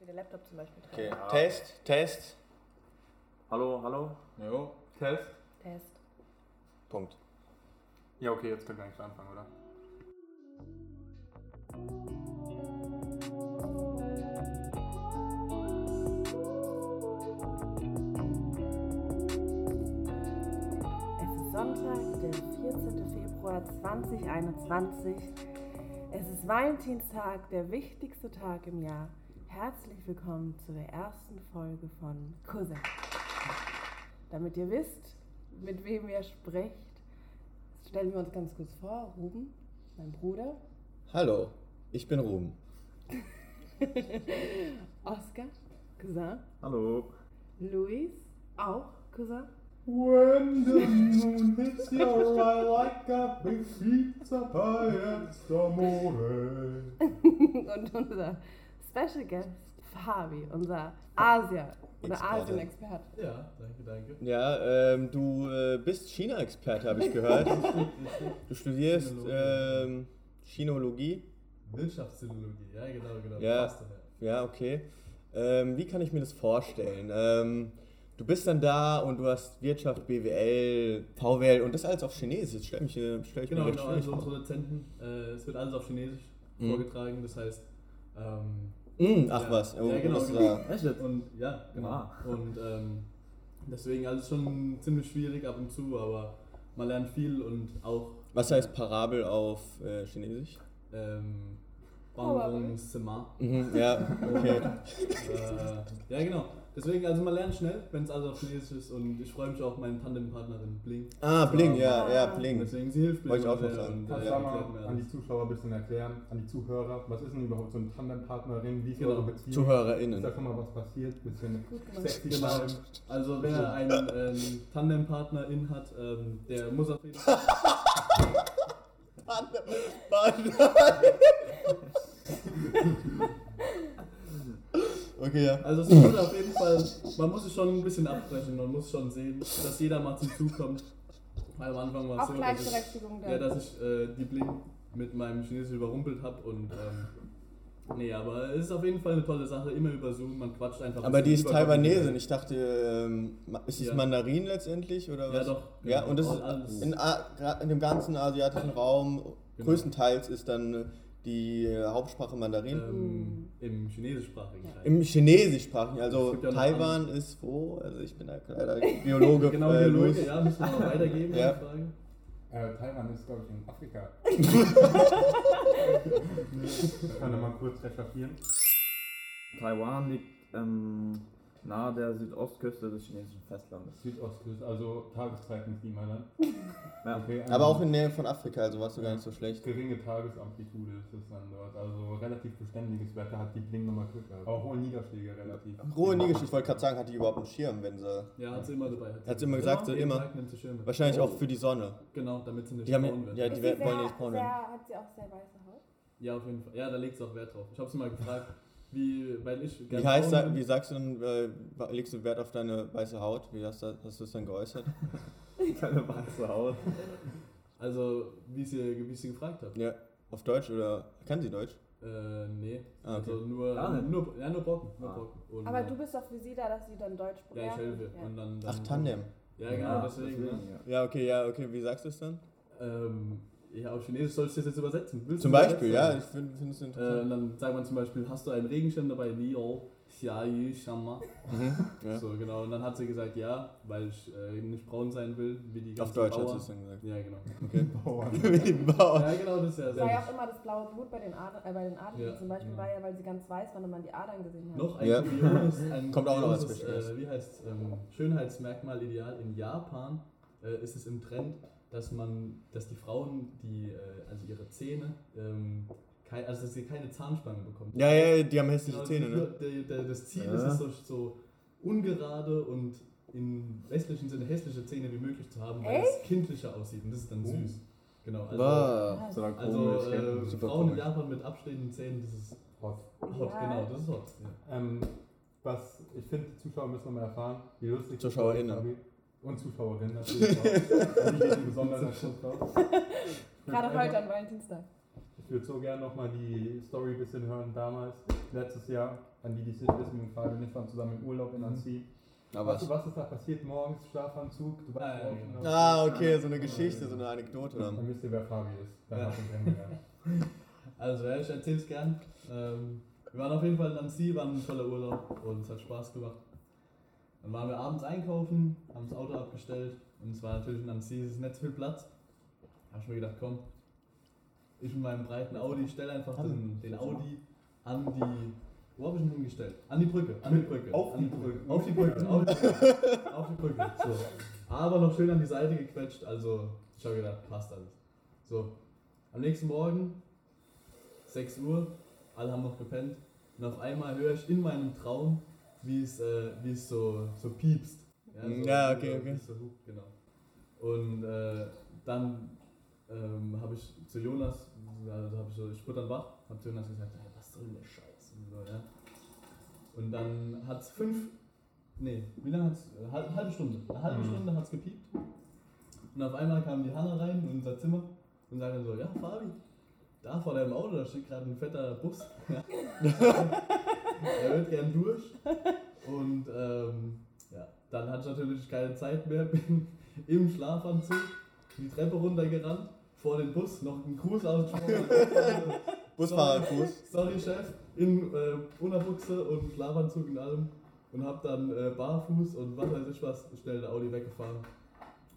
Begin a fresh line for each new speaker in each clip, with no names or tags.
wie der Laptop zum Beispiel dran.
Okay, Test, Test.
Hallo, hallo?
Jo.
Test?
Test.
Punkt.
Ja, okay, jetzt können wir eigentlich anfangen, oder?
Es ist Sonntag, der 14. Februar 2021. Es ist Valentinstag, der wichtigste Tag im Jahr. Herzlich willkommen zu der ersten Folge von Cousin. Damit ihr wisst, mit wem ihr sprecht, stellen wir uns ganz kurz vor. Ruben, mein Bruder.
Hallo, ich bin Ruben.
Oscar, Cousin.
Hallo.
Luis, auch Cousin.
When the moon hits your eye like a big pizza pie and some more.
und unser Special Guest Fabi, unser Asia, unser
Experte.
Asien-Experte.
Ja, danke, danke.
Ja, ähm, du äh, bist China-Experte, habe ich gehört. du studierst
Chinologie.
ähm, Chinologie.
Wirtschaftssynologie, ja, genau, genau.
Ja.
passt daher.
Ja, okay. Ähm, wie kann ich mir das vorstellen? Ähm, du bist dann da und du hast Wirtschaft, BWL, VWL und das alles auf Chinesisch. Stell mich, äh, stell ich
Genau,
mir recht
genau,
schwierig
also
vor.
unsere Dozenten, äh, es wird alles auf Chinesisch
Mhm.
vorgetragen, das heißt, ähm,
Mm, ach
ja,
was,
ja, genau,
was
genau.
da.
Und ja, genau.
Ah.
Und ähm, deswegen alles schon ziemlich schwierig ab und zu, aber man lernt viel und auch
Was heißt Parabel auf äh, Chinesisch?
ähm,
Aber-
Bonbon, Sema.
Mhm, ja, okay.
äh, ja, genau. Deswegen, also man lernt schnell, wenn es alles auf Chinesisch ist. Und ich freue mich auch, meine Tandempartnerin Bling.
Ah, Bling, ja, ja,
Und
Bling.
Deswegen, sie hilft mir.
Wollte ich
immer
auch noch
sehr
sagen.
und,
Ja,
Kannst
äh,
du da mal
erklärt mir
an die
alles.
Zuschauer ein bisschen erklären, an die Zuhörer, was ist denn überhaupt so eine Tandempartnerin, wie ist
Genau.
eure Beziehung? Ist da
ZuhörerInnen.
schon mal was passiert? Bisschen
Gut gemacht.
sexy
Genau.
bleiben.
Also, wer einen ähm, Tandempartner in hat, ähm, der muss auf jeden Fall.
Okay, ja.
Also, es muss auf jeden Fall. Man muss es schon ein bisschen abbrechen. Man muss schon sehen, dass jeder mal zum Zug kommt. Weil am Anfang war es
Auch
so, dass ich,
Gleichberechtigung da.
ja, dass ich äh, die Bling mit meinem Chinesisch überrumpelt habe. Und. Ähm, Nee, aber es ist auf jeden Fall eine tolle Sache, immer über Zoom, man quatscht einfach. ein
Aber die
bisschen
ist
über Kopf.
Taiwanesin. Ich dachte, ähm, ma- ist es
Ja.
Mandarin letztendlich oder
Ja,
was?
doch.
Ja,
Genau.
und das
Und alles.
ist in, A- gra- in dem ganzen asiatischen Raum
Genau.
größtenteils ist dann äh, die äh, Hauptsprache Mandarin.
ähm, im chinesischsprachigen Teil.
Im Chinesischsprachigen, also
Es gibt ja noch
Taiwan ist wo? Also ich bin da leider Biologe.
genau,
äh,
Biologe,
Luis.
ja, müssen wir mal weitergeben,
Ja.
die Frage.
Äh, Taiwan ist, glaube ich, in Afrika. Ich kann da mal kurz recherchieren.
Taiwan liegt ähm, nahe der Südostküste des chinesischen Festlandes.
Südostküste, also Tageszeitenklima dann.
Ja.
Okay, ähm,
Aber auch in der Nähe von Afrika, also warst du gar nicht so schlecht.
Geringe Tagesamplitude ist es dann dort, also relativ beständiges Wetter hat die Bling nochmal Glück gehabt. Auch hohe Niederschläge relativ.
Ruhe Niegeschichte, ich wollte gerade sagen, hat die überhaupt einen Schirm, wenn sie.
Ja, hat sie immer dabei.
Hat sie immer gesagt, so
jeden
immer.
Tag nimmt sie Schirme.
Wahrscheinlich auch für die Sonne.
Genau, damit sie nicht
Die haben
braun wird.
ja,
Ja.
die
Ist
werden-
sie
wollen ja
sehr-
nicht braun
sehr-
werden.
Hat sie auch sehr weiße Haut?
auf jeden Fall. Ja, da legt sie auch Wert drauf. Ich habe sie mal gefragt, wie, weil ich
Wie,
gerne
heißt
braun
da,
bin.
wie sagst du denn, äh, legst du Wert auf deine weiße Haut? Wie hast, du- hast du es dann geäußert?
Keine weiße Haut.
Also, wie sie, wie sie gefragt hat.
Ja, auf Deutsch oder kann sie Deutsch?
Äh, nee.
Ah, okay.
Also nur,
Gar nicht.
nur, ja, nur Brocken. Nur
Ah.
Brocken. Und,
Aber
äh,
du bist doch für sie da, dass sie dann Deutsch
Ja, ich helfe.
Ja.
Und dann, dann,
Ach, Tandem.
Ja, genau, deswegen. ne?
ja.
Ja, okay, ja, okay, wie sagst du es dann?
Ähm, ja, auf Chinesisch soll ich das jetzt übersetzen. Willst du
Zum Beispiel,
übersetzen?
ja, ich finde find es
Äh, und
interessant.
dann sagt man zum Beispiel, hast du einen Regenschirm dabei? Lio, Xiaoyu, Shama.
Mhm, ja.
So, genau. Und dann hat sie gesagt, ja, weil ich äh, nicht braun sein will, wie die
auf
ganzen
Deutsch
Bauern.
hast du es dann gesagt.
Ja, genau.
Wie die Bauern.
Ja, genau, das ist ja
Es
sehr
war ja
gut.
auch immer das blaue Blut bei den Adern, äh, bei den Adern
Ja.
zum Beispiel,
Ja.
war ja, weil sie ganz weiß waren und man die Adern gesehen hat.
Noch ein
Ja.
kurioses, ein
Kommt auch noch als
kurioses,
Beschwerden.
äh, Wie heißt ähm, Schönheitsmerkmal ideal? In Japan äh, ist es im Trend, dass man, dass die Frauen, die, äh, also ihre Zähne, ähm, kei- also dass sie keine Zahnspange bekommen.
Ja, ja, die haben hässliche
Genau,
Zähne, ne?
der, der, das Ziel
Ja.
ist es, so, so ungerade und im westlichen Sinne hässliche Zähne wie möglich zu haben, weil es kindlicher aussieht und das ist dann süß. Genau, also,
Oh. Wow. Oh,
Was?
So dann komisch.
also äh,
Super
Frauen in
komisch.
Japan mit abstehenden Zähnen, das ist
Hot.
hot,
Ja.
genau, das ist hot. Ja.
Ähm, was ich finde, die Zuschauer müssen nochmal erfahren, wie lustig.
ZuschauerInnen.
Und Zuschauerinnen natürlich. auch. Und die gehen besonders nach Stuttgart.
Gerade
Einfach-
heute an Valentinstag.
Ich würde so gerne nochmal die Story ein bisschen hören damals, letztes Jahr. an die die es nicht wissen, mit dem Fabian und ich waren zusammen im Urlaub
Mhm.
in Anziehen.
Aber
Weißt du, was ist da passiert morgens? Schlafanzug, du warst
Nein.
auch schon
ah, okay, so eine Geschichte, so eine Anekdote.
Dann
Dann.
wisst ihr, wer Fabi ist. Dann
Ja.
habt ihr ihn kennengelernt.
Also ja, ich erzähl's gern. Ähm, wir waren auf jeden Fall in Nancy, waren ein toller Urlaub und es hat Spaß gemacht. Dann waren wir abends einkaufen, haben das Auto abgestellt und es war natürlich in Nancy, es ist nicht so viel Platz. Hab ich mir gedacht, komm, ich mit meinem breiten Audi stelle einfach den, den Audi an die. Wo hab ich ihn hingestellt? An die Brücke, an die Brücke.
Auf
an
die Brücke.
Auf die Brücke, auf die Brücke. auf die Brücke. So. Aber noch schön an die Seite gequetscht, also ich habe gedacht, passt alles. So, am nächsten Morgen, 6 Uhr, alle haben noch gepennt und auf einmal höre ich in meinem Traum, wie es, äh, wie es so, so piepst. so,
Ja, okay,
wie
okay.
es So hupt, genau. Und äh, dann ähm, habe ich zu Jonas, also habe ich so, ich wurde dann wach, habe zu Jonas gesagt, "Ey, was soll denn der Scheiß? Und, so, ja. und dann hat es fünf, nee, wie lange hat es, halbe, halbe Stunde, eine halbe
Mhm.
Stunde hat es gepiept. Und auf einmal kam die Hanna rein in unser Zimmer und sagte so, ja Fabi, da vor deinem Auto, da steht gerade ein fetter Bus. Der wird gern durch. Und ähm, ja, dann hatte ich natürlich keine Zeit mehr, bin im Schlafanzug die Treppe runtergerannt, vor den Bus, noch einen Gruß ausgesprochen.
Busfahrerfuß.
Sorry, Chef, in äh, Unterbuchse und Schlafanzug und allem. Und hab dann äh, barfuß und was weiß ich was, schnell der Audi weggefahren.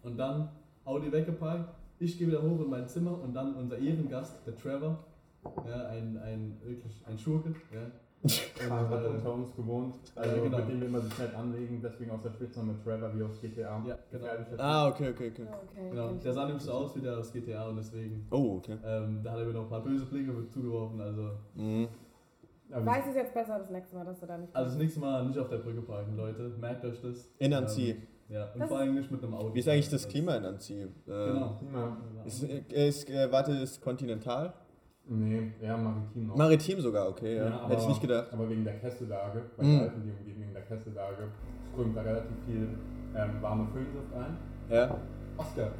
Und dann Audi weggeparkt. Ich gehe wieder hoch in mein Zimmer und dann unser Ehrengast, der Trevor, ja, ein, ein, wirklich ein Schurke. Ja.
Fabi hat
äh,
unter uns gewohnt. Also
ja, genau.
mit dem wir immer sich halt anlegen, deswegen auch der Spitzname Trevor wie aus GTA.
Ja, genau.
Gefährlicher
Ah, okay, okay, okay.
Okay,
Genau,
kenn ich
der sah
nicht.
nämlich so aus wie der aus GTA und deswegen,
Oh, okay.
ähm, da hat er mir noch ein paar böse Blicke zugeworfen. Also,
Mhm.
Typ. Aber
Weiß es jetzt besser das nächste Mal, dass du da nicht
also das
kommst.
nächste Mal nicht auf der Brücke parken, Leute. Merkt euch das. Ähm,
In Anzieh.
Ja, und
Das-
vor allem nicht mit einem Auto.
Wie ist eigentlich das Klima in Anzieh? Ähm,
Genau.
Klima.
Ist, äh, ist, äh, warte, ist kontinental?
Nee, eher maritim noch.
Maritim sogar, okay, ja.
aber-
Hätte ich nicht gedacht.
Aber wegen der Kessellage, bei
Mhm.
der alten die Umgebung, wegen der Kessellage, strömt da relativ viel ähm, warme Föhnluft ein.
Ja.
Oscar,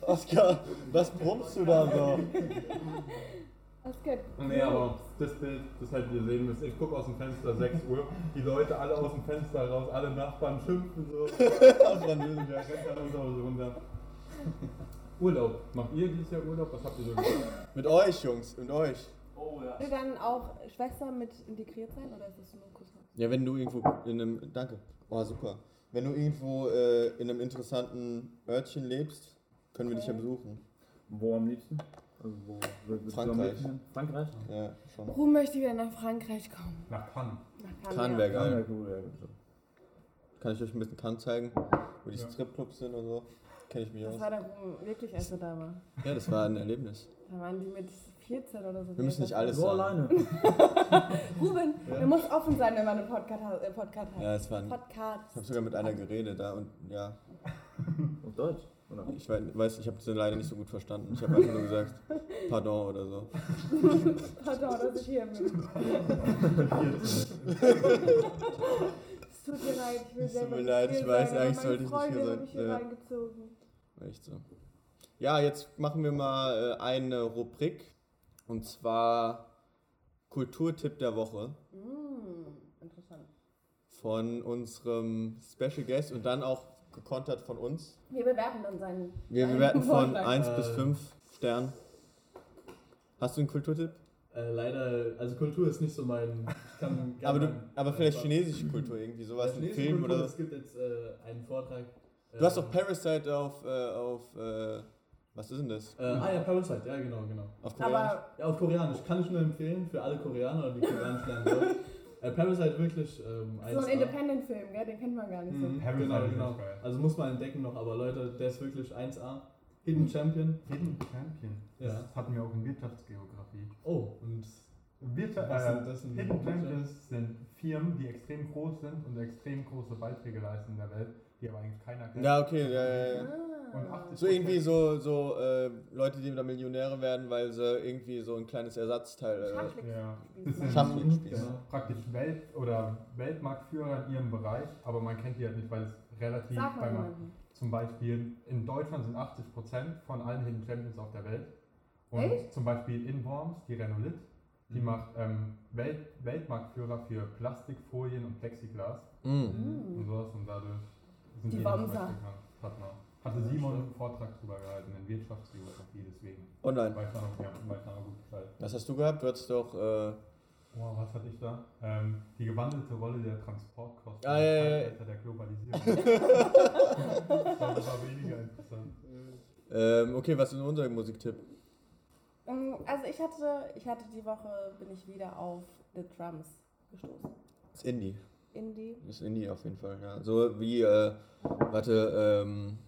Oskar, was brummst du da so?
Alles gut.
Nee, aber das Bild, das halt wir sehen müssen. Ich gucke aus dem Fenster 6 Uhr, die Leute alle aus dem Fenster raus, alle Nachbarn schimpfen so.
Auf Französisch.
Ja, rennt dann unser Hose runter. Urlaub. Macht ihr dieses Jahr Urlaub? Was habt ihr so gemacht?
Mit euch, Jungs, mit euch.
Oh ja.
Will dann auch Schwester mit integriert sein oder ist das nur Cousin?
Ja, wenn du irgendwo in einem. Danke. Oh, super. Wenn du irgendwo äh, in einem interessanten Örtchen lebst, können wir dich ja besuchen.
Wo am liebsten? Also wo würdest du am
Frankreich.
liebsten hin? Frankreich?
Ja, schon.
Ruhm möchte wieder nach Frankreich kommen.
Nach Cannes.
Nach
Cannes wäre
Ja,
geil.
cool, ja, gut.
Kann ich euch ein bisschen Cannes zeigen, wo die
Ja.
Stripclubs sind und so. Kenne ich mich
Das
aus.
war der Ruhm wirklich, als wir da waren.
Ja, das war ein Erlebnis.
Da waren die mit 14 oder so.
Wir müssen nicht alles
So
sagen.
alleine.
Ruben, man muss offen sein, wenn man einen Podcast hat. Äh, Podcast hat.
Ja, es war ein, ich
Podcast.
habe sogar mit einer geredet da und ja,
Auf Deutsch, oder?
ich wei- weiß, ich habe sie leider nicht so gut verstanden. Ich habe einfach nur gesagt, pardon oder so.
Pardon, oh dass ich hier bin. Es tut mir leid, ich will
Es tut
selber
mir
nicht
leid,
hier
ich weiß,
sein, aber meine
eigentlich sollte ich nicht hier
Freundin hat
sein.
mich hier
Ja.
reingezogen.
Echt so. Ja, jetzt machen wir mal äh, eine Rubrik und zwar Kulturtipp der Woche
Mm, interessant.
von unserem Special Guest und dann auch gekontert von uns.
Wir bewerten dann seinen.
Wir
seinen
bewerten von
Vorschlag.
1 bis
Äh.
5 Sternen. Hast du einen Kulturtipp?
Äh, leider, also Kultur ist nicht so mein. Ich kann
Aber, du,
mein-
aber vielleicht
mein-
chinesische Kultur irgendwie, sowas,
Ja,
ein
chinesische
Film
Kultur,
oder
Es gibt jetzt äh, einen Vortrag. ähm,
Du hast doch Parasite auf, äh, auf, äh, was ist denn das?
Äh, ah ja, Parasite, ja genau, genau.
Auf Koreanisch?
Aber
Ja, auf Koreanisch kann ich nur empfehlen für alle Koreaner, die Koreanisch lernen wollen. Äh, Parasite wirklich ähm,
so ein
1A.
Independent-Film, gell? den kennt man gar nicht so.
Mhm,
Parasite
genau,
ist
genau.
geil.
Also muss man entdecken noch, aber Leute, der ist wirklich 1A.
Mhm.
Hidden Champion.
Hidden Champion.
Ja.
Das hatten wir auch in Wirtschaftsgeografie.
Oh, und
Wirtschaft,
Was
äh,
sind das denn?
Hidden Champions sind Firmen, die extrem groß sind und extrem große Beiträge leisten in der Welt, die aber eigentlich keiner kennt.
Ja, okay, ja, ja, ja.
Und
Ah.
80
So irgendwie so, so äh, Leute, die wieder Millionäre werden, weil sie irgendwie so ein kleines Ersatzteil. Äh,
Schachlick.
Ja.
Spielst
Das sind
du.
Schachtelspieß.
ja,
ne?
praktisch Welt- oder Weltmarktführer in ihrem Bereich, aber man kennt die halt nicht, weil es relativ
Sag mal
weil man-
jemanden.
Zum Beispiel in Deutschland sind 80% von allen Hidden Champions auf der Welt. Und
Echt?
zum Beispiel in Worms die Renault, Die
Mhm.
macht ähm, Welt Weltmarktführer für Plastikfolien und Plexiglas
Mhm.
Mm.
und sowas und dadurch sind
Die
die
Wamser.
Weltmarktführer- Partner. Hatte Simon einen Vortrag drüber gehalten in Wirtschaftsgeografie, deswegen.
Oh nein.
Weiß man, ja, weiß man gut Bescheid.
Was hast du gehabt? Du hattest doch. Äh,
Wow, was hatte ich da? Ähm, die gewandelte Rolle der Transportkosten
Ah, ja, ja, ja.
im Zeitalter der Globalisierung. das war- war weniger interessant.
ähm, okay, was ist unser Musiktipp?
Ähm, Also ich hatte, ich hatte die Woche, bin ich wieder auf The Drums gestoßen.
Ist Indie.
Indie.
Ist Indie auf jeden Fall, ja. So wie, äh, warte, ähm,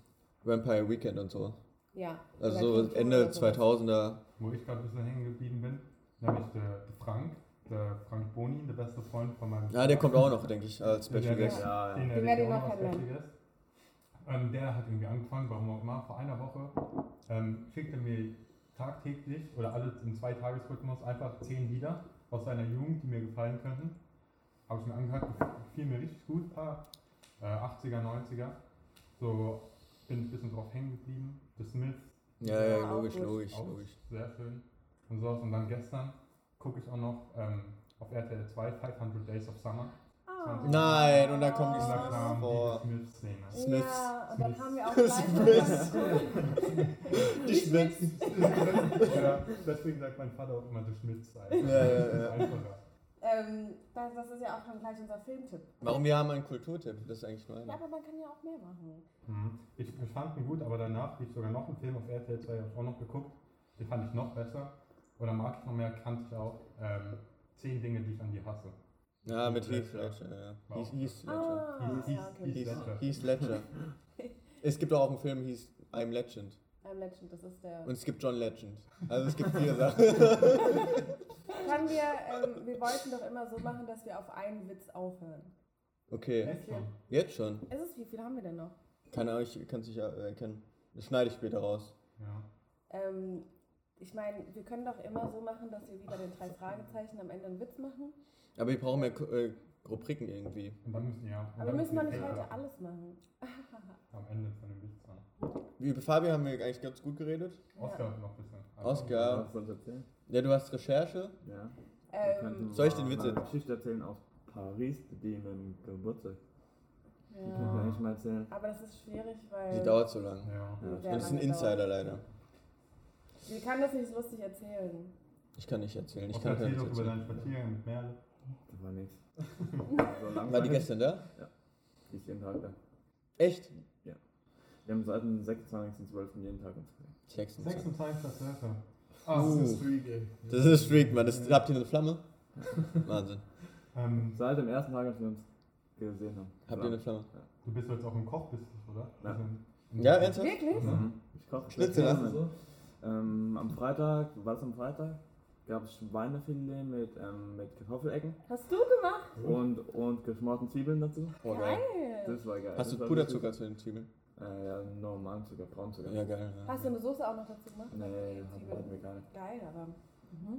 Vampire Weekend und so.
Ja. Oder
Also so
King Cole
Ende
oder sowas.
2000er.
Wo ich gerade ein bisschen hängen geblieben bin, nämlich der Frank, der Frank Boni, der beste Freund von meinem
Ja, der kommt auch noch, denke ich, als Special
Ja.
Guest.
Ja, ja.
Den
Den
werde
werde
ich
ich
auch
noch
noch
kennenlernen.
Special Guest. ähm, Der hat irgendwie angefangen, warum auch immer, vor einer Woche ähm, schickt er mir tagtäglich oder alle im Zweitagesrhythmus einfach zehn Lieder aus seiner Jugend, die mir gefallen könnten. Habe ich mir angehört, gefiel mir richtig gut, paar äh, 80er, 90er. So bin ich ein bisschen drauf hängen geblieben. The Smiths,
Ja, ja,
Ja, auch
logisch,
gut.
logisch,
auch
logisch.
sehr schön. Und sowas. Und dann gestern gucke ich auch noch ähm, auf RTL 2 500 Days of Summer.
Ah.
Nein, und da kommen die
Und da
Snacks
kam
vor.
die The
Oh,
Smiths-Szene.
Smiths.
Ja, und dann haben wir auch
Smiths.
gleich
Die Schwitz.
ja, deswegen sagt mein Vater auch immer, du schmilzt einfach.
Ja, ja,
Das ist
ja.
einfacher.
ähm, das, das ist ja auch schon gleich unser Filmtipp.
Warum wir haben einen Kulturtipp? Das ist eigentlich nur
Ja,
einer.
aber man kann ja auch mehr machen.
Mhm. Ich ich fand ihn gut, aber danach lief sogar noch ein Film auf RTL 2, habe ich auch noch geguckt. Den fand ich noch besser. Oder mag ich noch mehr, kannte ich auch. Ähm, zehn Dinge, die ich an dir hasse.
Ja, mit Heath
Heath
Ledger,
Ledger.
ja.
War
Heath-
auch-
Heath Ledger.
Ah,
Hieß-
ja, okay.
hieß-
Heath-
Ledger.
Heath Ledger. Es gibt auch einen Film, hieß I'm Legend.
I'm Ähm, Legend, das ist der.
Und es gibt John Legend. Also es gibt viele Sachen.
Können wir, ähm, wir wollten doch immer so machen, dass wir auf einen Witz aufhören.
Okay,
Dass wir,
jetzt schon.
es ist, wie viel haben wir denn noch?
Keine Ahnung, ich kann es nicht äh, erkennen. Das schneide ich später raus.
Ja.
Ähm, ich meine, wir können doch immer so machen, dass wir wieder den drei Fragezeichen am Ende einen Witz machen.
Aber wir brauchen mehr Ko- äh, Rubriken irgendwie.
Und dann müssen ja. und
Aber
dann
müssen wir nicht
die
heute
Bilder
alles machen.
Am Ende von dem Witz sein.
Wie über Fabi haben wir eigentlich ganz gut geredet.
Oscar hat noch ein bisschen.
Oscar.
Kannst du uns erzählen?
Ja, du hast Recherche.
Ja. Wir könnten
Ähm,
Soll ich den
mal
Witz
eine
jetzt-
Geschichte erzählen aus Paris, die im Geburtstag. Die
ja.
können wir nicht mal erzählen.
Aber das ist schwierig, weil
Die dauert so lang.
Ja.
Ja.
Ähm, Ja.
Das ist ein Insider leider.
wir kann das nicht lustig erzählen.
Ich kann nicht erzählen. Ich
Oscar,
kann gar
erzähl
nicht
doch über
erzählen.
deinen Spaziergang mit Merle.
Das war nichts.
War die gestern da?
Die halt ist jeden Tag da.
Echt?
Wir haben seit dem 26.12. jeden Tag uns gesehen.
Texten.
26. das Werfer.
Ah,
das
Uh.
ist-
Streak, ey.
Das ist Streak, Mann. Das, habt ihr eine Flamme? Wahnsinn.
ähm,
Seit dem ersten Tag, als wir uns gesehen haben.
Habt ihr eine Flamme?
Du bist jetzt auch im Kochbusiness, oder?
Ja.
Also im- im-
Ja, ernsthaft?
Wirklich?
Mhm. Ich koche.
Schnitzel,
sehr
hast
gerne.
du
Also,
Ähm, am Freitag, war es am Freitag, gab es Schweinefilet mit, ähm, mit Kartoffelecken
Hast du gemacht?
Mhm.
und, und geschmorten Zwiebeln dazu.
Oh,
Geil.
geil.
Das war geil.
Hast du
Das war
Puderzucker zu den Zwiebeln?
richtig- Äh, ja, normalen Zucker, Braunzucker.
Ja, geil. ne? Ja.
Hast du eine Soße auch noch dazu gemacht?
Nee,
Zwiebeln.
hatten wir gar nicht.
Geil, aber.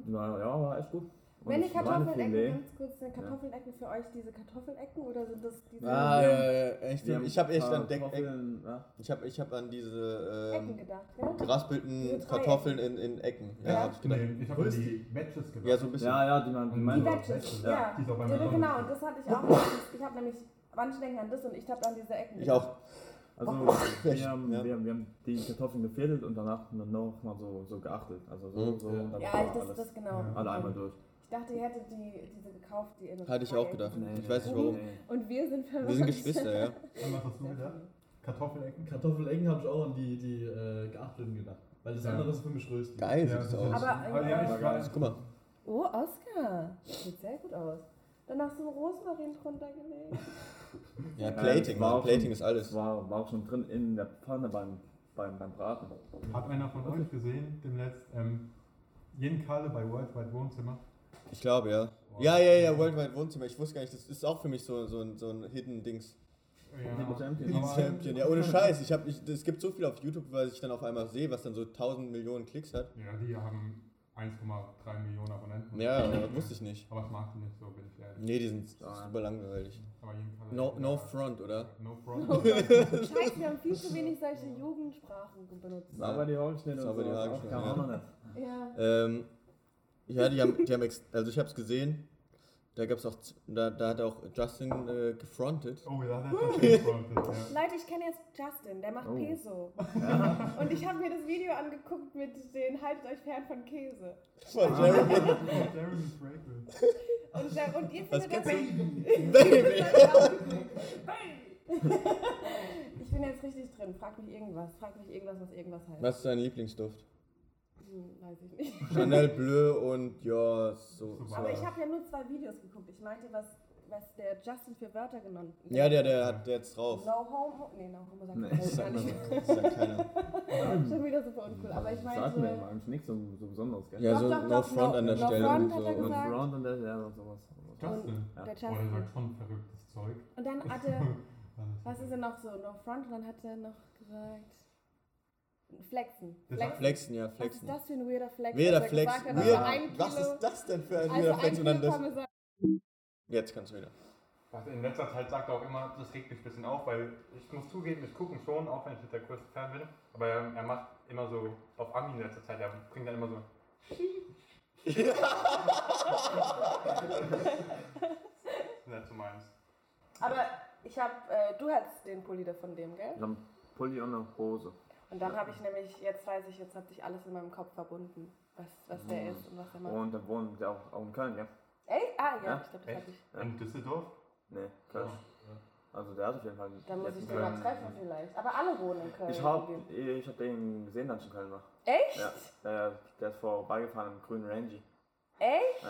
Mhm.
War, ja, war echt gut. Und
Wenn die
das Schweinefilet-
Kartoffelecken, ganz kurz, sind Kartoffelecken für euch diese Kartoffelecken oder sind das diese
Ah,
Wir
ja,
haben-
ja, ja. Echt,
wir haben
ich habe echt
ein paar
an Deck, Eck-
Kartoffeln, ja.
ich hab, ich hab an diese
Ecken
ähm,
gedacht, gell?
geraspelten
Diese drei
Kartoffeln in, in Ecken. Ja,
Ja.
hab ich gedacht.
Nee, ich habe die Matches gemacht.
Ja, so ein bisschen.
ja, ja, die man,
Die
Die
meinen-
Wedges, ja.
Die ist auch bei
ja
mir drauf.
genau, und das hatte ich auch. Ich habe nämlich, manche denken an das und ich habe an diese Ecken.
Ich auch.
Also
echt,
wir, haben,
ja.
wir, haben, wir haben die Kartoffeln geviertelt und danach noch mal so, so geachtet. Also so,
Mhm.
so und dann
Ja,
war
ich, das,
alles,
das genau.
Ja.
alle einmal durch.
Ich dachte, ihr hättet die, diese gekauft, die in
Hatte ich auch gedacht.
Nee,
Ich weiß nicht warum.
nee.
Und wir sind verwandt.
Wir sind Geschwister, ja.
Und was hast du gedacht? Kartoffelecken?
Kartoffelecken habe ich auch an die, die äh, geachtelten gedacht. Weil das
Ja.
andere ist für mich Rösti.
Geil sieht das
ist-
aus.
Aber-
ja,
War
ich war,
geil.
Guck mal.
Oh, Oscar. Sieht sehr gut aus. Dann hast du Rosmarin drunter gelegt.
Ja,
Ja,
Plating,
war
Mann.
auch
Plating
schon-
ist alles.
Das war, war auch schon drin in der Pfanne beim, beim, beim Braten.
hat einer von euch gesehen, demnächst, ähm, Jen Kalle bei Worldwide Wohnzimmer?
Ich glaube, ja. Ja, ja, ja, Worldwide Wohnzimmer. Ich wusste gar nicht, das ist auch für mich so, so, ein, so ein Hidden Dings.
Liebe Champions.
Aber-
Hidden Champion. Ja, ohne Scheiß. Ich hab, ich, es gibt so viel auf YouTube, was ich dann auf einmal sehe, was dann so 1000 Millionen Klicks hat.
Ja, die haben 1,3 Millionen Abonnenten.
Ja, aber wusste ich nicht.
Aber ich mag die nicht so, bin ich ehrlich.
Nee, die sind super langweilig.
Aber Jen Kalle.
No, no front, oder?
No front.
Scheiße, wir haben viel zu wenig solche Jugendsprachen benutzt.
Sauber die Haare geschnitten und
Sauber die
sowas.
Haare
Auch
geschnitten,
Kann man auch noch nicht.
Ja.
Ähm, Ja, die haben, die haben ex also ich habe es gesehen. Da gab's auch, z- da, da hat auch Justin äh, gefrontet.
Oh, da hat er schon gefrontet, ja.
Leute, ich kenne jetzt Justin, der macht
Oh.
Peso. Und ich habe mir das Video angeguckt mit den Haltet euch fern von Käse.
Das war Jeremy.
Oh, Jeremy Franklin.
Und, da, und ihr
Was
findet das...
kennst
Baby. ich bin jetzt richtig drin. Frag mich irgendwas. Frag mich irgendwas, was irgendwas heißt.
Was ist dein Lieblingsduft?
Hm, weiß ich nicht.
Chanel Bleu und ja, so. so.
Aber
Aber ich habe ja nur zwei Videos geguckt. Ich meinte, was, was der Justin für Wörter genommen hat.
Ja, der, der hat der jetzt drauf.
No homo. Nee, no homo sagt
Nee,
man
Das
das gar
sagt, man,
nicht.
das sagt keiner.
Schon wieder super uncool. Aber ich
Sagt mir immer
meinte.
eigentlich nichts so, so Besonderes, gell?
Ja, so
Doch, doch,
No
doch,
Front
no-
an der
no
Stelle
front hat
und
er
so.
Und
gesagt.
Front und der, ja, sowas. sowas.
Justin.
Ja.
Der
Oh, der sagt
Justin.
schon verrücktes Zeug.
Und dann hat er. Was ist
das?
denn noch so? No front und dann hat er noch gesagt. Flexen.
Der sagt
Flexen.
Flexen, ja,
Was ist
flexen.
das für ein weirder Flex?
Weder
dass er
Flex,
gesagt hat, also ein
weird.
Kilo,
Was ist das denn für ein
also
weirder
ein
Flex? Und dann
Kilo
das.
Parmesan.
Jetzt kannst du wieder.
Also in letzter Zeit sagt er auch immer, das regt mich ein bisschen auf, weil ich muss zugeben, ich gucke ihn schon, auch wenn ich mit der größte Fan bin, aber er, er macht immer so auf Ami in letzter Zeit, er bringt dann immer so. das ist nicht so meins.
Aber ich hab, äh, du hattest den Pulli da von dem, gell?
Ich hab einen Pulli und eine Hose.
Und dann habe ich nämlich, jetzt weiß ich, jetzt hat sich alles in meinem Kopf verbunden, was, was der
Mhm.
ist und was er macht.
Und dann wohnen wir auch, auch in Köln, ja?
Ey, ah ja,
Ja?
ich glaube, das
Echt?
habe ich.
In Düsseldorf?
Nee, Köln. Also der hat auf jeden Fall.
Da muss ich
letztens-
den mal treffen vielleicht. Aber alle wohnen in Köln.
Ich hab, äh, ich hab den gesehen, dann schon Köln war.
Echt?
Ja, der, der ist vorbeigefahren im grünen Rangy.
Echt?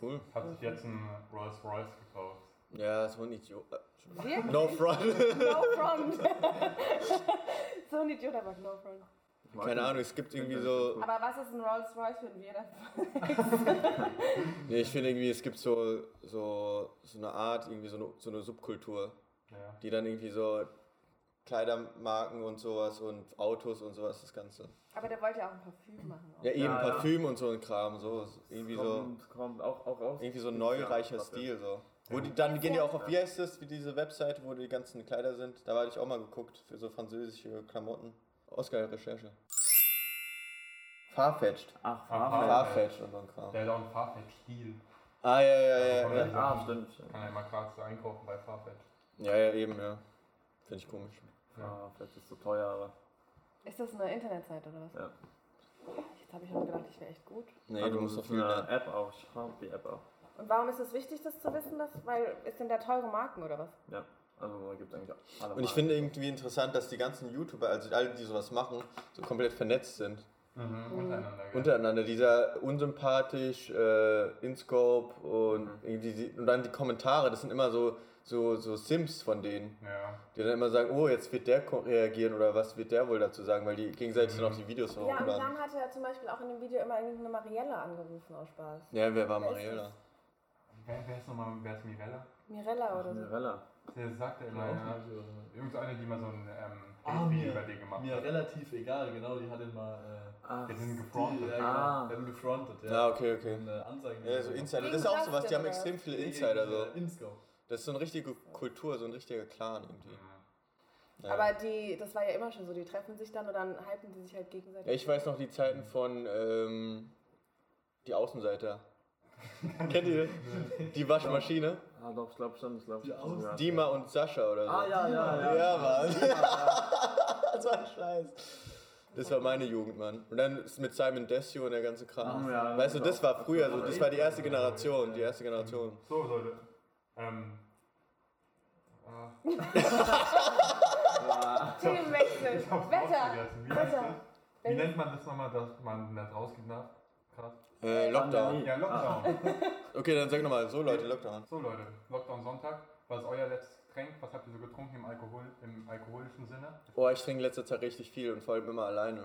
Cool.
Hat sich jetzt einen Rolls Royce gekauft.
Ja, so ein Idiot.
Wirklich?
No Front.
No front. so ein Idiot, aber no front.
Ich mag
Keine
den.
Ahnung, es gibt irgendwie so.
Aber was ist ein Rolls Royce für ein Jeder?
Nee, ich finde irgendwie, es gibt so, so, so eine Art, irgendwie so eine, so eine Subkultur,
Ja.
die dann irgendwie so Kleidermarken und sowas und Autos und sowas, das Ganze.
Aber der wollte ja auch ein Parfüm machen.
Ja, eben
Ja, ja.
Parfüm und so ein Kram, so. ist Irgendwie so,
kommt, kommt auch, auch raus.
irgendwie so ein neureicher
Ja,
Stil, so. Wo die, dann gehen die auch auf, wie heißt das, wie diese Webseite, wo die ganzen Kleider sind? Da hatte ich auch mal geguckt, für so französische Klamotten. Oscar-Recherche. Farfetched.
Ach,
Farbe.
Farbe.
Farfetched und so ein Kram.
Der hat auch einen Farfetch-Stil.
Ah, ja, ja, ja, ja.
Ah, stimmt.
Kann er immer gratis einkaufen bei Farfetch.
Ja, ja, eben, ja. Finde ich komisch.
Ja, vielleicht ist es zu teuer, aber.
Ist das eine Internetseite oder was?
Ja.
Jetzt habe ich auch gedacht, ich wäre echt gut.
Nee,
Also,
du musst
das
auf
ist eine
jeden
App auch. Ich hab die App auch.
Und warum ist es wichtig, das zu wissen? Dass, weil es sind da teure Marken oder was?
Ja. Also, da gibt's eigentlich alle.
Und ich
Marken.
finde irgendwie interessant, dass die ganzen YouTuber, also alle, die sowas machen, so komplett vernetzt sind.
Mhm, untereinander, gell?
Untereinander, dieser unsympathisch, äh, InScope und, irgendwie die, und dann die Kommentare, das sind immer so, so, so Sims von denen,
ja.
die dann immer sagen, oh, jetzt wird der ko- reagieren oder was wird der wohl dazu sagen, weil die gegenseitig dann auch die Videos
Ja, und
hochladen.
dann hat er zum Beispiel auch in dem Video immer irgendeine Marielle angerufen aus Spaß.
Ja, wer war
Wer ist
Mariella?
das?
Wer, wer ist nochmal, wer ist Mirella?
Mirella oder so.
Mirella.
Der sagt ja
Genau,
immer, ja, irgend so eine, die mal so ein ähm,
Ah,
Video
mir-
über den gemacht
also, Mir
hat.
relativ egal, genau, die hat ihn mal.
Ah,
Der sind
Äh, die, ja,
gefrontet.
genau,
Ah.
die haben gefrontet, ja.
Ja, Ah, okay, okay.
Haben, äh, Anzeigen
Ja, so
gemacht.
Insider. Das ist auch sowas, die haben extrem viele Insider. So.
Äh, Inscope.
Das ist so eine richtige Kultur, so ein richtiger Clan irgendwie.
Mhm.
Ja.
Aber die, das war ja immer schon so, die treffen sich dann und dann halten die sich halt gegenseitig.
Ja, ich weiß noch die Zeiten von ähm, die Außenseiter. Kennt ihr die? die Waschmaschine?
Ah, doch, ich glaub schon. Ich glaub
Die
schon. ja.
Dima und Sascha oder so.
Ah, ja, ja, ja.
Ja, Mann. das war ein Scheiß. Das war meine Jugend, Mann. Und dann ist mit Simon Desio und der ganze Kram.
Ah, ja,
weißt du, das war früher so.
genau.
Das war die erste Generation. Die erste Generation.
So, Leute. Ähm. ah,
Themenwechsel,
ich hab's
Wetter,
rausgevergessen. Wie, heißt
Wetter.
das? Wie nennt man das nochmal, dass man nicht rausgehen darf? Krass.
Äh, Lockdown.
Pandemie.
Ja, Lockdown.
Okay, dann sag nochmal. So, Leute, Lockdown.
So, Leute. Lockdown Sonntag. Was ist euer letztes Getränk? Was habt ihr so getrunken im, Alkohol, im alkoholischen Sinne?
Boah, Oh, ich trinke in letzter Zeit richtig viel und vor allem immer alleine.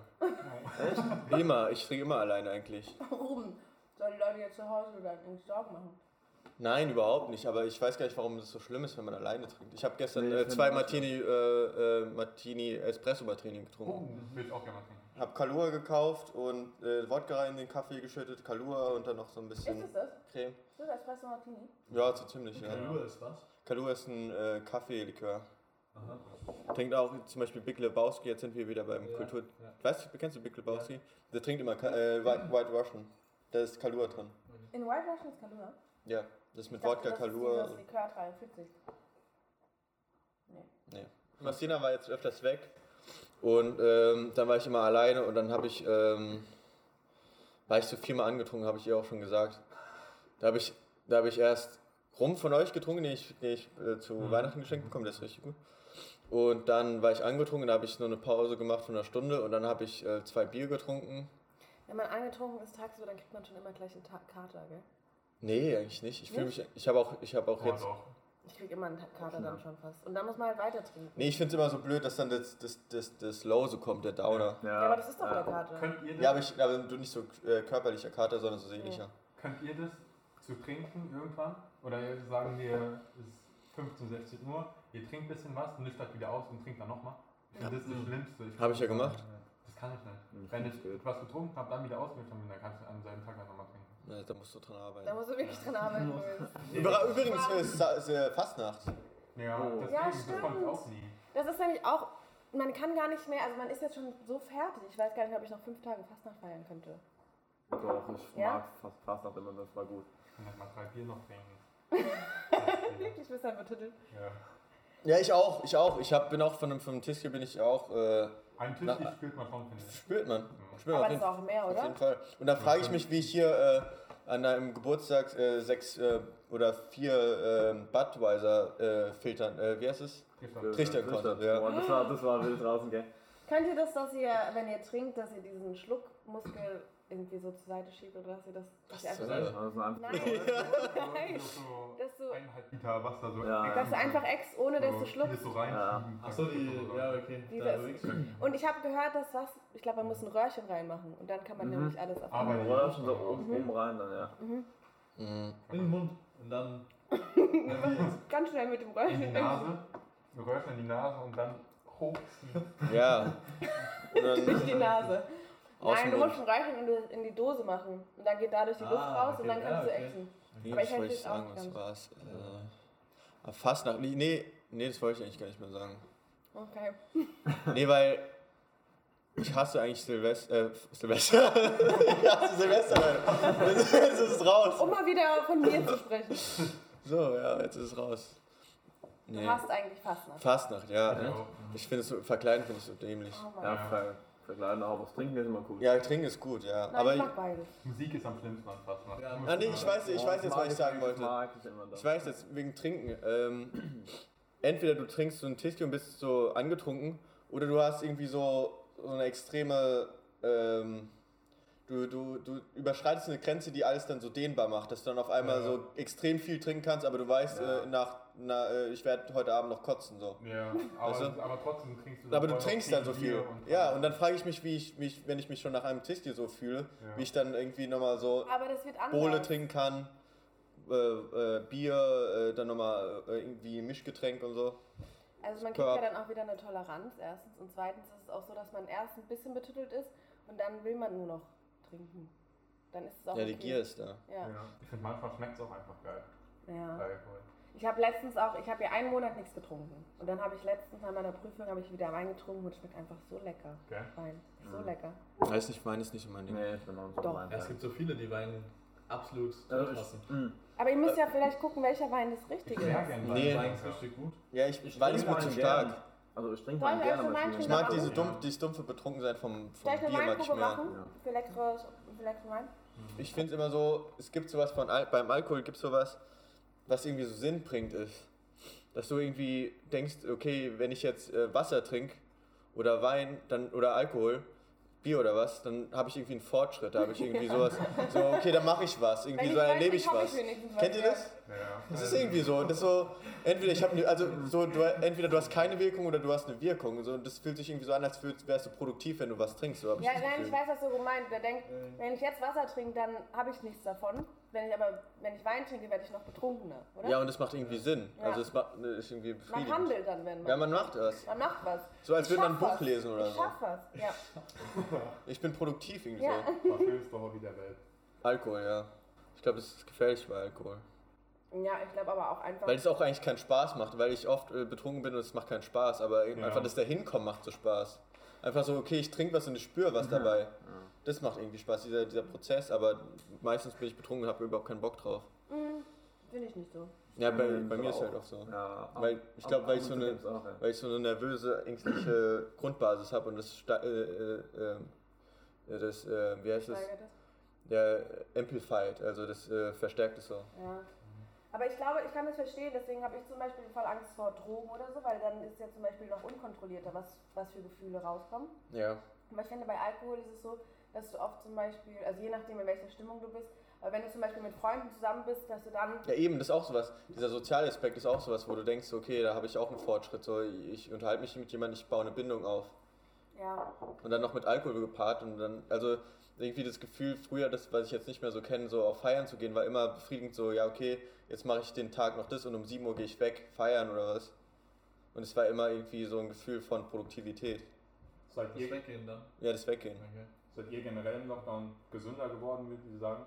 Immer. Ich trinke immer alleine eigentlich.
Ruben, sollen die Leute jetzt zu Hause dann irgendwie Sorgen machen?
Nein, überhaupt nicht. Aber ich weiß gar nicht, warum das so schlimm ist, wenn man alleine trinkt. Ich habe gestern
Nee,
äh,
finde
zwei
ich auch
Martini, äh, äh, Martini Espresso Martini
Oh,
getrunken.
würde ich auch gerne mal trinken.
Hab Kalua gekauft und äh, Wodka in den Kaffee geschüttet, Kalua und dann noch so ein
Ist
bisschen
es das?
Creme.
Ist das Espresso Martini?
Ja, so ziemlich, ja.
Kalua ist was?
Kalua ist ein äh, Kaffeelikör.
Aha.
Trinkt auch zum Beispiel Big Lebowski, jetzt sind wir wieder beim
Ja,
Kultur...
ja.
Weißt du, kennst du Big Lebowski? Der trinkt immer Ka äh, White, White Russian. Das ist Kalua drin.
In White Russian ist Kalua.
Ja, das ist mit
Ich dachte,
Wodka,
das ist
Kalua.
dieses Likör 43. Nee.
Nee. Marcina war jetzt öfters weg und ähm, dann war ich immer alleine und dann habe ich, ähm, war ich so viermal angetrunken, habe ich ihr auch schon gesagt. Da habe ich, da habe ich erst Rum von euch getrunken, den ich, den ich äh, zu Weihnachten geschenkt bekommen, das ist richtig gut. Und dann war ich angetrunken, da habe ich nur eine Pause gemacht von einer Stunde und dann habe ich äh, zwei Bier getrunken.
Wenn man angetrunken ist tagsüber, dann kriegt man schon immer gleich einen Ta Kater, gell?
Nee, eigentlich nicht. Ich fühle mich, ich habe auch, ich habe auch
Ja,
jetzt.
doch.
Ich krieg immer einen Ta- Kater dann schon fast. Und dann muss man halt weiter trinken.
Nee, ich finde es immer so blöd, dass dann das, das, das, das Low so kommt, der Downer.
Ja,
Ja, aber das ist doch der
ja.
Kater.
Könnt ihr das,
Ja, aber, ich, aber du nicht so äh, körperlicher Kater, sondern so seelischer.
könnt ihr das zu trinken irgendwann? Oder sagen wir, es ist 15, 16 Uhr, ihr trinkt ein bisschen was, nüchtert wieder aus und trinkt dann nochmal? Das ist das Schlimmste. Ich-
Hab ich ja gemacht.
Das kann ich nicht.
Ich
Wenn
find's
ich
blöd.
was getrunken habe, dann wieder ausnüchtern bin, dann kannst du an seinem Tag dann nochmal trinken.
Ja, Ne, da musst du dran arbeiten.
Da musst du wirklich dran arbeiten, Louis.
Über, übrigens ist, Sa- ist äh, Fastnacht.
Ja,
Oh.
deswegen,
Ja,
das kommt
stimmt.
auch nie.
Das ist nämlich auch, man kann gar nicht mehr, also man ist jetzt schon so fertig. Ich weiß gar nicht, ob ich noch fünf Tage Fastnacht feiern könnte.
Doch, ich
Ja?
mag fast fast noch immer, das war gut.
Ich kann halt mal drei Bier noch trinken.
Wirklich bist du ein Betüttel.
ja.
Ja, ich auch, ich auch. Ich hab, bin auch von einem, von einem Tisch hier bin ich auch. Äh,
Ein Tisch
Na-
spürt man schon, finde ich.
spürt man. Spürt
Aber
man auf
das ist
jeden,
auch mehr,
auf
oder?
jeden Fall. Und dann frage ich mich, wie ich hier äh, an einem Geburtstag äh, sechs äh, oder vier äh, Budweiser äh, filtern. Äh, wie heißt es?
Gestern.
Trichter konnte, ja.
Boah, das war, das war wild draußen, gell?
Könnt ihr das, dass ihr, wenn ihr trinkt, dass ihr diesen Schluckmuskel irgendwie so zur Seite schiebt oder dass ihr das. Dass ihr
zur
einfach,
Seite?
Das war einfach
nein,
Nein.
nein.
So
Dass du,
eineinhalb Liter Wasser so.
Ja.
dass du einfach ex, ohne dass du
vieles
schluckst.
So reinschieben kannst.
Achso, die. Ja, okay.
Wie
Da
das-
bewegst du.
Und ich habe gehört, dass was, ich glaube, man muss ein Röhrchen reinmachen und dann kann man nämlich alles auf.
Aber-
Oder schon so oben, oben rein dann, ja.
Mhm.
In den Mund. Und dann.
Ganz schnell mit dem
In die
Röhrchen.
Nase. Du röhrst in die Nase und dann
Ah,
hochziehen.
Ja. Und
durch
dann
die Nase.
aus
Nein,
dem
du musst
Mund.
schon Reichen in die- in die Dose machen. Und dann geht dadurch die
Ah,
Luft raus und
okay.
dann kannst
Ja,
du
okay.
exen.
Nee,
Aber
das
ich
wollte ich
hätte
sagen,
jetzt
was
auch
war's. Äh, Fastnacht. Nee, Nee, nee, das wollte ich eigentlich gar nicht mehr sagen.
Okay.
Nee, weil ich hasse eigentlich Silvester. Äh, Silvester. ich hasse Silvester, Leute. Jetzt, jetzt ist es raus.
Um mal wieder von mir zu sprechen.
So, ja, jetzt ist es raus. Nee.
Du hast eigentlich Fastnacht.
Fastnacht, ja.
Ja.
ne? Ich finde es so, verkleiden finde ich so dämlich.
Oh Mann.
Ja, ver verkleiden auch was trinken ist immer cool.
Ja, trinken ist gut, ja.
Nein,
Aber
ich
ich,
mag beides.
Musik ist am schlimmsten an fast.
Ja,
ah, nee, ich weiß, ich
Boah,
weiß jetzt,
mag
was ich sagen
das
wollte.
Mag ich immer
Ich weiß jetzt, wegen Trinken. Ähm, entweder du trinkst so ein Tischchen und bist so angetrunken, oder du hast irgendwie so, so eine extreme. Ähm, du, du, du überschreitest eine Grenze, die alles dann so dehnbar macht, dass du dann auf einmal
Ja.
so extrem viel trinken kannst, aber du weißt,
Ja.
äh, nach, na, äh, ich werde heute Abend noch kotzen. so.
Ja, aber,
Weißt du?
aber trotzdem trinkst du
Also- Aber
voll
du
noch
trinkst dann so viel.
Bier und-
ja, und dann frage ich mich, wie ich mich, wenn ich mich schon nach einem Tischchen so fühle,
Ja.
wie ich dann irgendwie nochmal so
Aber das wird anders.
Bohle trinken kann, äh, äh, Bier, äh, dann nochmal äh, irgendwie Mischgetränk und so.
Also man kriegt
Körper.
ja dann auch wieder eine Toleranz erstens. Und zweitens ist es auch so, dass man erst ein bisschen betüttelt ist und dann will man nur noch trinken. Dann ist es auch
Ja,
okay.
die Gier ist da.
Ja.
Ja. Ich finde, manchmal schmeckt es auch einfach geil.
ja.
Alkohol.
Ich habe letztens auch, ich habe ja einen Monat nichts getrunken. Und dann habe ich letztens nach meiner Prüfung habe ich wieder Wein getrunken und es schmeckt einfach so lecker.
Gell?
Wein. So
Mhm.
lecker.
Weiß nicht, meine ist nicht immer mein Ding.
Nee, ich bin auch so
Doch.
gemeint,
Ja, es gibt so viele, die Wein absolut
Also
gut
ich-
passen.
Mhm.
Aber ihr müsst ja vielleicht gucken, welcher Wein das richtige
Ja,
ist.
gerne.
Wein-
Nee.
Wein ist richtig gut.
Ja, ich, Wein ist
trinke
mir zu
Wein
stark.
gern. Also ich trinke
Soll
mal
ich
gerne
euch
mit
einen
mir.
Wein
Ich mag
Ja.
diese dumpf, dieses dumpfe Betrunkensein vom, vom
Vielleicht eine
Bier mag ich
Weinprobe
mehr.
machen für leckeres, für leckeren Wein.
Ich finde es immer so, es gibt sowas von Al beim Alkohol gibt sowas, was irgendwie so Sinn bringt ist. Dass du irgendwie denkst, okay, wenn ich jetzt äh, Wasser trinke oder Wein dann oder Alkohol, Bier oder was, dann habe ich irgendwie einen Fortschritt, da habe ich irgendwie sowas, so okay, dann mache ich was, irgendwie
Wenn ich
so dann
weiß,
erlebe
ich
ich
hoffe,
was.
ich wenigstens was,
Kennt ihr
ja.
das?
Ja.
Das ist eh- irgendwie so, das ist so entweder ich habe ne, also so du, entweder du hast keine Wirkung oder du hast eine Wirkung und so und das fühlt sich irgendwie so an, als würd- wärst du produktiv, wenn du was trinkst, so habe ich
Ja,
das
nein, ich
Gefühl.
weiß, was du gemeint. Der denkt,
Äh,
wenn ich jetzt Wasser trinke, dann habe ich nichts davon. Wenn ich aber, wenn ich Wein trinke, werde ich noch betrunkener, oder?
Ja, und das macht irgendwie Sinn.
Ja.
Also es macht, ist irgendwie
man
befriedigend.
handelt dann, wenn man.
Ja, man macht das.
man macht was.
So, als
Ich
würde man ein
schaff
Buch
was.
lesen oder
ich
so.
schaff was, ja.
Ich bin produktiv irgendwie
Ja.
so.
Das schönste Hobby der Welt.
Alkohol, ja. Ich glaube, das ist gefährlich bei Alkohol.
Ja, ich glaube aber auch einfach.
Weil es auch eigentlich keinen Spaß macht, weil ich oft äh, betrunken bin und es macht keinen Spaß, aber eben
Ja.
einfach das Dahinkommen macht so Spaß. Einfach so, okay, ich trinke was und ich spüre was dabei. Das macht irgendwie Spaß, dieser, dieser Prozess, aber meistens bin ich betrunken und habe überhaupt keinen Bock drauf.
Mhm, Finde ich nicht so.
Ja, bei,
Mhm.
Ähm,
bei
so
mir ist
auch.
halt auch so.
Ja,
Weil
ab-
ich glaub,
ab-
weil
ab
ich so
und zu
eine-
gibt's auch, ja.
Weil ich so eine nervöse, ängstliche Grundbasis habe und das, sta- äh, äh, äh, das äh, wie heißt das?
Steigert das?
Der amplified, also das äh, verstärkt es so.
Ja. Aber ich glaube, ich kann das verstehen, deswegen habe ich zum Beispiel voll Angst vor Drogen oder so, weil dann ist ja zum Beispiel noch unkontrollierter, was, was für Gefühle rauskommen.
Ja.
Aber ich finde, bei Alkohol ist es so, dass du oft zum Beispiel, also je nachdem, in welcher Stimmung du bist, aber wenn du zum Beispiel mit Freunden zusammen bist, dass du dann
Ja, eben, das ist auch sowas. Dieser Sozialaspekt ist auch sowas, wo du denkst, okay, da habe ich auch einen Fortschritt. So, ich unterhalte mich mit jemandem, ich baue eine Bindung auf.
Ja,
Und dann noch mit Alkohol gepaart und dann, also irgendwie das Gefühl früher, das, was ich jetzt nicht mehr so kenne, so auf Feiern zu gehen, war immer befriedigend so, ja, okay, jetzt mache ich den Tag noch das und um 7 Uhr gehe ich weg, feiern oder was. Und es war immer irgendwie so ein Gefühl von Produktivität.
Seid
Das
ihr,
Weggehen dann.
Ja, das Weggehen.
Okay.
seid ihr generell im Lockdown gesünder geworden, würdet ihr sagen?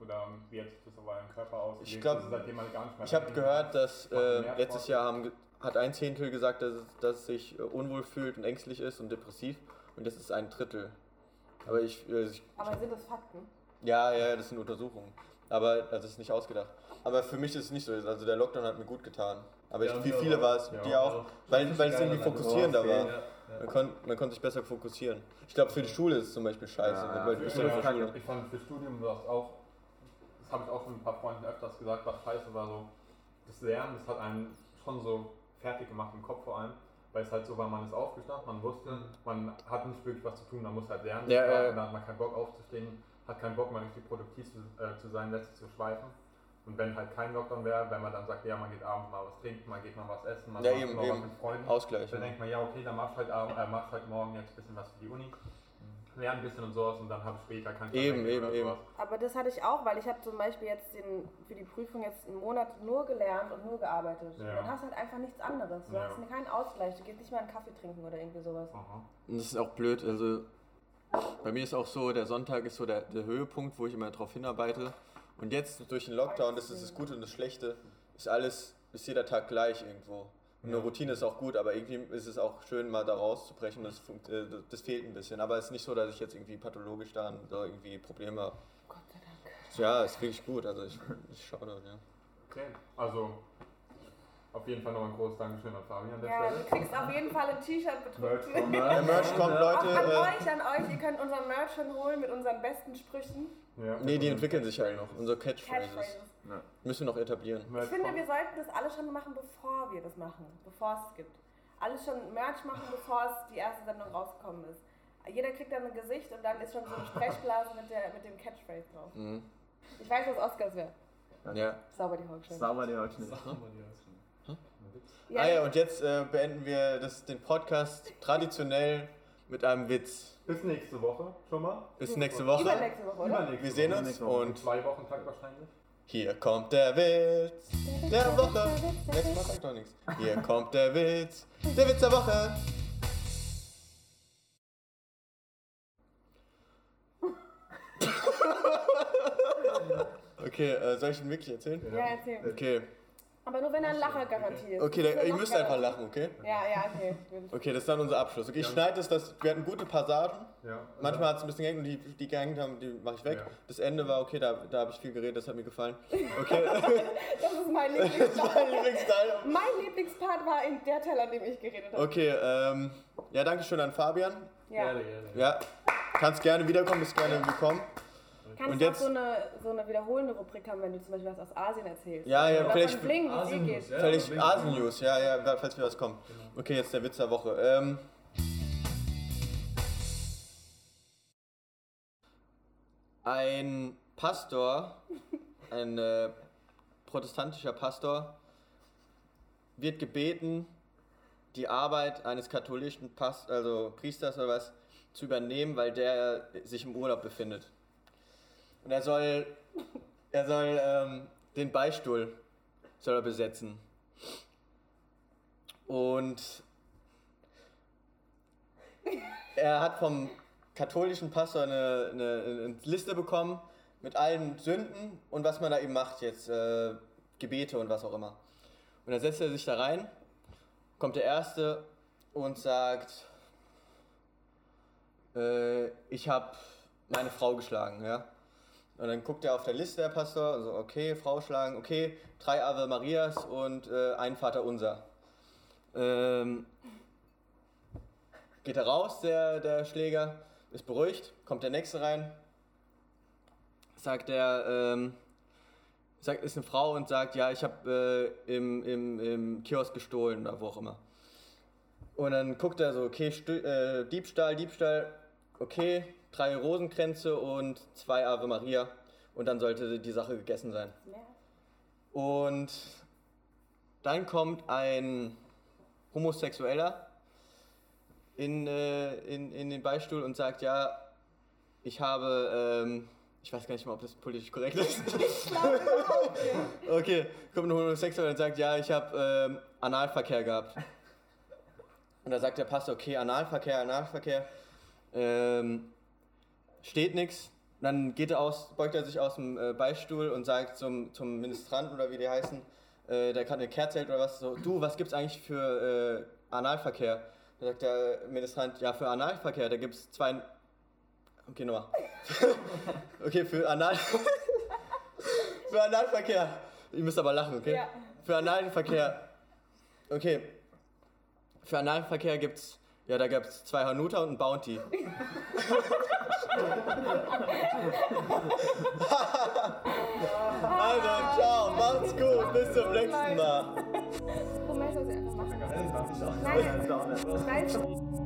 Oder ähm, wie hat sich das auf euren Körper ausgewirkt?
Ich glaub,
Also seid ihr mal gar nicht mehr
Ich habe
reingegangen?
gehört, dass äh,
Macht mehr
letztes
Sport.
Jahr haben, ge- hat ein Zehntel gesagt, dass, es- dass es sich äh, unwohl fühlt und ängstlich ist und depressiv. Und das ist ein Drittel. Aber ich, äh, ich
aber sind das Fakten?
Ja, ja, ja, das sind Untersuchungen. Aber also, das ist nicht ausgedacht. Aber für mich ist es nicht so. Also der Lockdown hat mir gut getan. Aber
Ja,
ich, wie
mir
viele
auch.
war es?
Ja,
die auch.
auch.
Weil, weil es
Geil,
irgendwie
Alter.
fokussierender
Oh,
war.
okay.
Man, kon, man konnte sich besser fokussieren. Ich glaube, für die Schule ist es zum Beispiel scheiße.
Ja, ja.
weil
Ich,
die
finde
Schule
das
für Schule.
kacke. ich fand für Studium war es auch, das habe ich auch von ein paar Freunden öfters gesagt, was scheiße war so, das Lernen, das hat einen schon so fertig gemacht im Kopf vor allem, weil es halt so war, man ist aufgestanden, man wusste, man hat nicht wirklich was zu tun, man muss halt lernen,
Ja, ja, ja.
und dann hat man keinen Bock aufzustehen, hat keinen Bock mal richtig produktiv zu, äh, zu sein, lässt sich zu schweifen. Und wenn halt kein Lockdown wäre, wenn man dann sagt, ja, man geht abends mal was trinken, man geht mal was essen, man
Ja,
macht
eben,
mal
eben.
was mit Freunden,
Ausgleich.
dann
Ja.
denkt man, ja, okay, dann machst du halt, Abend, äh, machst halt morgen jetzt ein bisschen was für die Uni, lerne ein bisschen und sowas und dann habe ich später kann ich dann
Mhm. Eben,
weggehen
eben,
oder
eben.
sowas.
Aber das hatte ich auch, weil ich habe zum Beispiel jetzt den, für die Prüfung jetzt einen Monat nur gelernt und nur gearbeitet.
Ja.
Und dann hast du halt einfach nichts anderes. Du
Ja.
hast keinen Ausgleich, du gehst nicht mal einen Kaffee trinken oder irgendwie sowas.
Aha.
Und das ist auch blöd. Also bei mir ist auch so, der Sonntag ist so der, der Höhepunkt, wo ich immer drauf hinarbeite. Und jetzt durch den Lockdown, das ist das Gute und das Schlechte, ist alles, ist jeder Tag gleich irgendwo. Und eine
Ja.
Routine ist auch gut, aber irgendwie ist es auch schön, mal da rauszubrechen. Das, funkt, äh, das fehlt ein bisschen. Aber es ist nicht so, dass ich jetzt irgendwie pathologisch da so irgendwie Probleme habe.
Gott sei Dank.
Ja, ist wirklich gut. Also ich, ich schaue da, ja.
Okay, also auf jeden Fall noch ein großes Dankeschön an Fabian an der
Ja, du
Stelle.
kriegst auf jeden Fall ein T-Shirt bedruckt.
Merch von
Der Merch kommt,
Auch
Leute.
an
Äh,
euch, an euch. Ihr könnt unseren Merch schon holen mit unseren besten Sprüchen.
Ja.
nee, die entwickeln sich halt noch. Unsere Catchphrases.
Catchphrases.
Müssen wir noch etablieren.
Ich
Merch
finde,
kommt.
wir sollten das alle schon machen, bevor wir das machen, bevor es es gibt. Alles schon Merch machen, bevor es die erste Sendung rausgekommen ist. Jeder kriegt dann ein Gesicht und dann ist schon so eine Sprechblase mit, der, mit dem Catchphrase drauf.
Mhm.
Ich weiß, was Oscars wäre.
Ja.
Sauber die Hauptstadt.
Sauber die Hautschnitt.
Sachen wir dir aus.
Ah ja, und jetzt äh, beenden wir das, den Podcast traditionell mit einem Witz.
Bis nächste Woche schon mal.
Bis nächste Woche.
Übernächste Woche, oder?
Wir sehen
Woche.
uns
Übernächste Woche.
In
und
zwei Wochen Tag wahrscheinlich.
hier kommt der Witz der Woche. Nächstes Mal sagt doch nichts. Hier kommt der Witz, der Witz der Woche. Okay, äh, soll ich ihn wirklich erzählen?
Ja, erzähl.
Okay,
Aber nur wenn er einen Lacher garantiert.
okay, dann, ihr
Lacher-
müsst einfach lachen, okay?
Ja, ja, okay.
Okay, das ist dann unser Abschluss. Okay, ich schneide es, das, wir hatten gute Passagen.
Ja.
Manchmal hat es ein bisschen gehängt und die, die gehängt haben, die mache ich weg.
Ja.
Das Ende war okay, da, da habe ich viel geredet, das hat mir gefallen. Okay,
Das ist mein
das war mein
Lieblingsteil.
Lieblingsteil.
Mein Lieblingspart war in der Teil, an dem ich geredet habe.
Okay, ähm, ja, danke schön an Fabian.
Ja.
Gerne, gerne.
Ja, kannst gerne wiederkommen, bist gerne willkommen.
Kannst
Und
du auch
jetzt-
so eine, so eine wiederholende Rubrik haben, wenn du zum Beispiel was aus Asien erzählst?
Ja, ja,
Oder
vielleicht-
von Bling, wie es dir
Asien
geht.
muss, Ah, ja.
Vielleicht
deswegen-
Asen-News, ja, ja, falls wir was kommen. Okay, jetzt der Witz der Woche. Ähm, ein Pastor, ein äh, protestantischer Pastor, wird gebeten, die Arbeit eines katholischen Pas also Priesters oder was zu übernehmen, weil der sich im Urlaub befindet. Und er soll, er soll ähm, den Beistuhl soll er besetzen. Und er hat vom katholischen Pastor eine, eine, eine Liste bekommen mit allen Sünden und was man da eben macht jetzt, äh, Gebete und was auch immer. Und dann setzt er sich da rein, kommt der Erste und sagt, äh, ich habe meine Frau geschlagen, ja. Und dann guckt er auf der Liste, der Pastor, so, okay, Frau schlagen, okay, drei Ave Marias und äh, ein Vater Unser. Ähm, geht er raus, der, der Schläger, ist beruhigt, kommt der Nächste rein, sagt er, ähm, sagt, ist eine Frau und sagt, ja, ich habe äh, im, im, im Kiosk gestohlen oder wo auch immer. Und dann guckt er so, okay, Stö äh, Diebstahl, Diebstahl, okay, drei Rosenkränze und zwei Ave Maria. Und dann sollte die Sache gegessen sein.
Ja.
Und dann kommt ein Homosexueller in, äh, in, in den Beistuhl und sagt, ja, ich habe, ähm, ich weiß gar nicht mal, ob das politisch korrekt ist. okay, kommt ein Homosexueller und sagt, ja, ich habe ähm, Analverkehr gehabt. Und da sagt der Pastor, okay, Analverkehr, Analverkehr. Ähm, steht nichts. Dann geht er aus, beugt er sich aus dem äh, Beistuhl und sagt zum, zum Ministranten oder wie die heißen, äh, der gerade eine Kerze hält oder was, so, du, was gibt's eigentlich für äh, Analverkehr? Dann sagt der Ministrant, ja, für Analverkehr, da gibt's zwei. Okay, nochmal. okay, für Anal. für Analverkehr. Ihr müsst aber lachen, okay?
Ja.
Für Analverkehr. Okay. Für Analverkehr gibt's. Ja, da gab's zwei Hanuta und ein Bounty.
Ah.
Also, ciao, macht's gut, bis zum nächsten Mal.
Professor ist einfach machen. Nein, ich weiß nicht.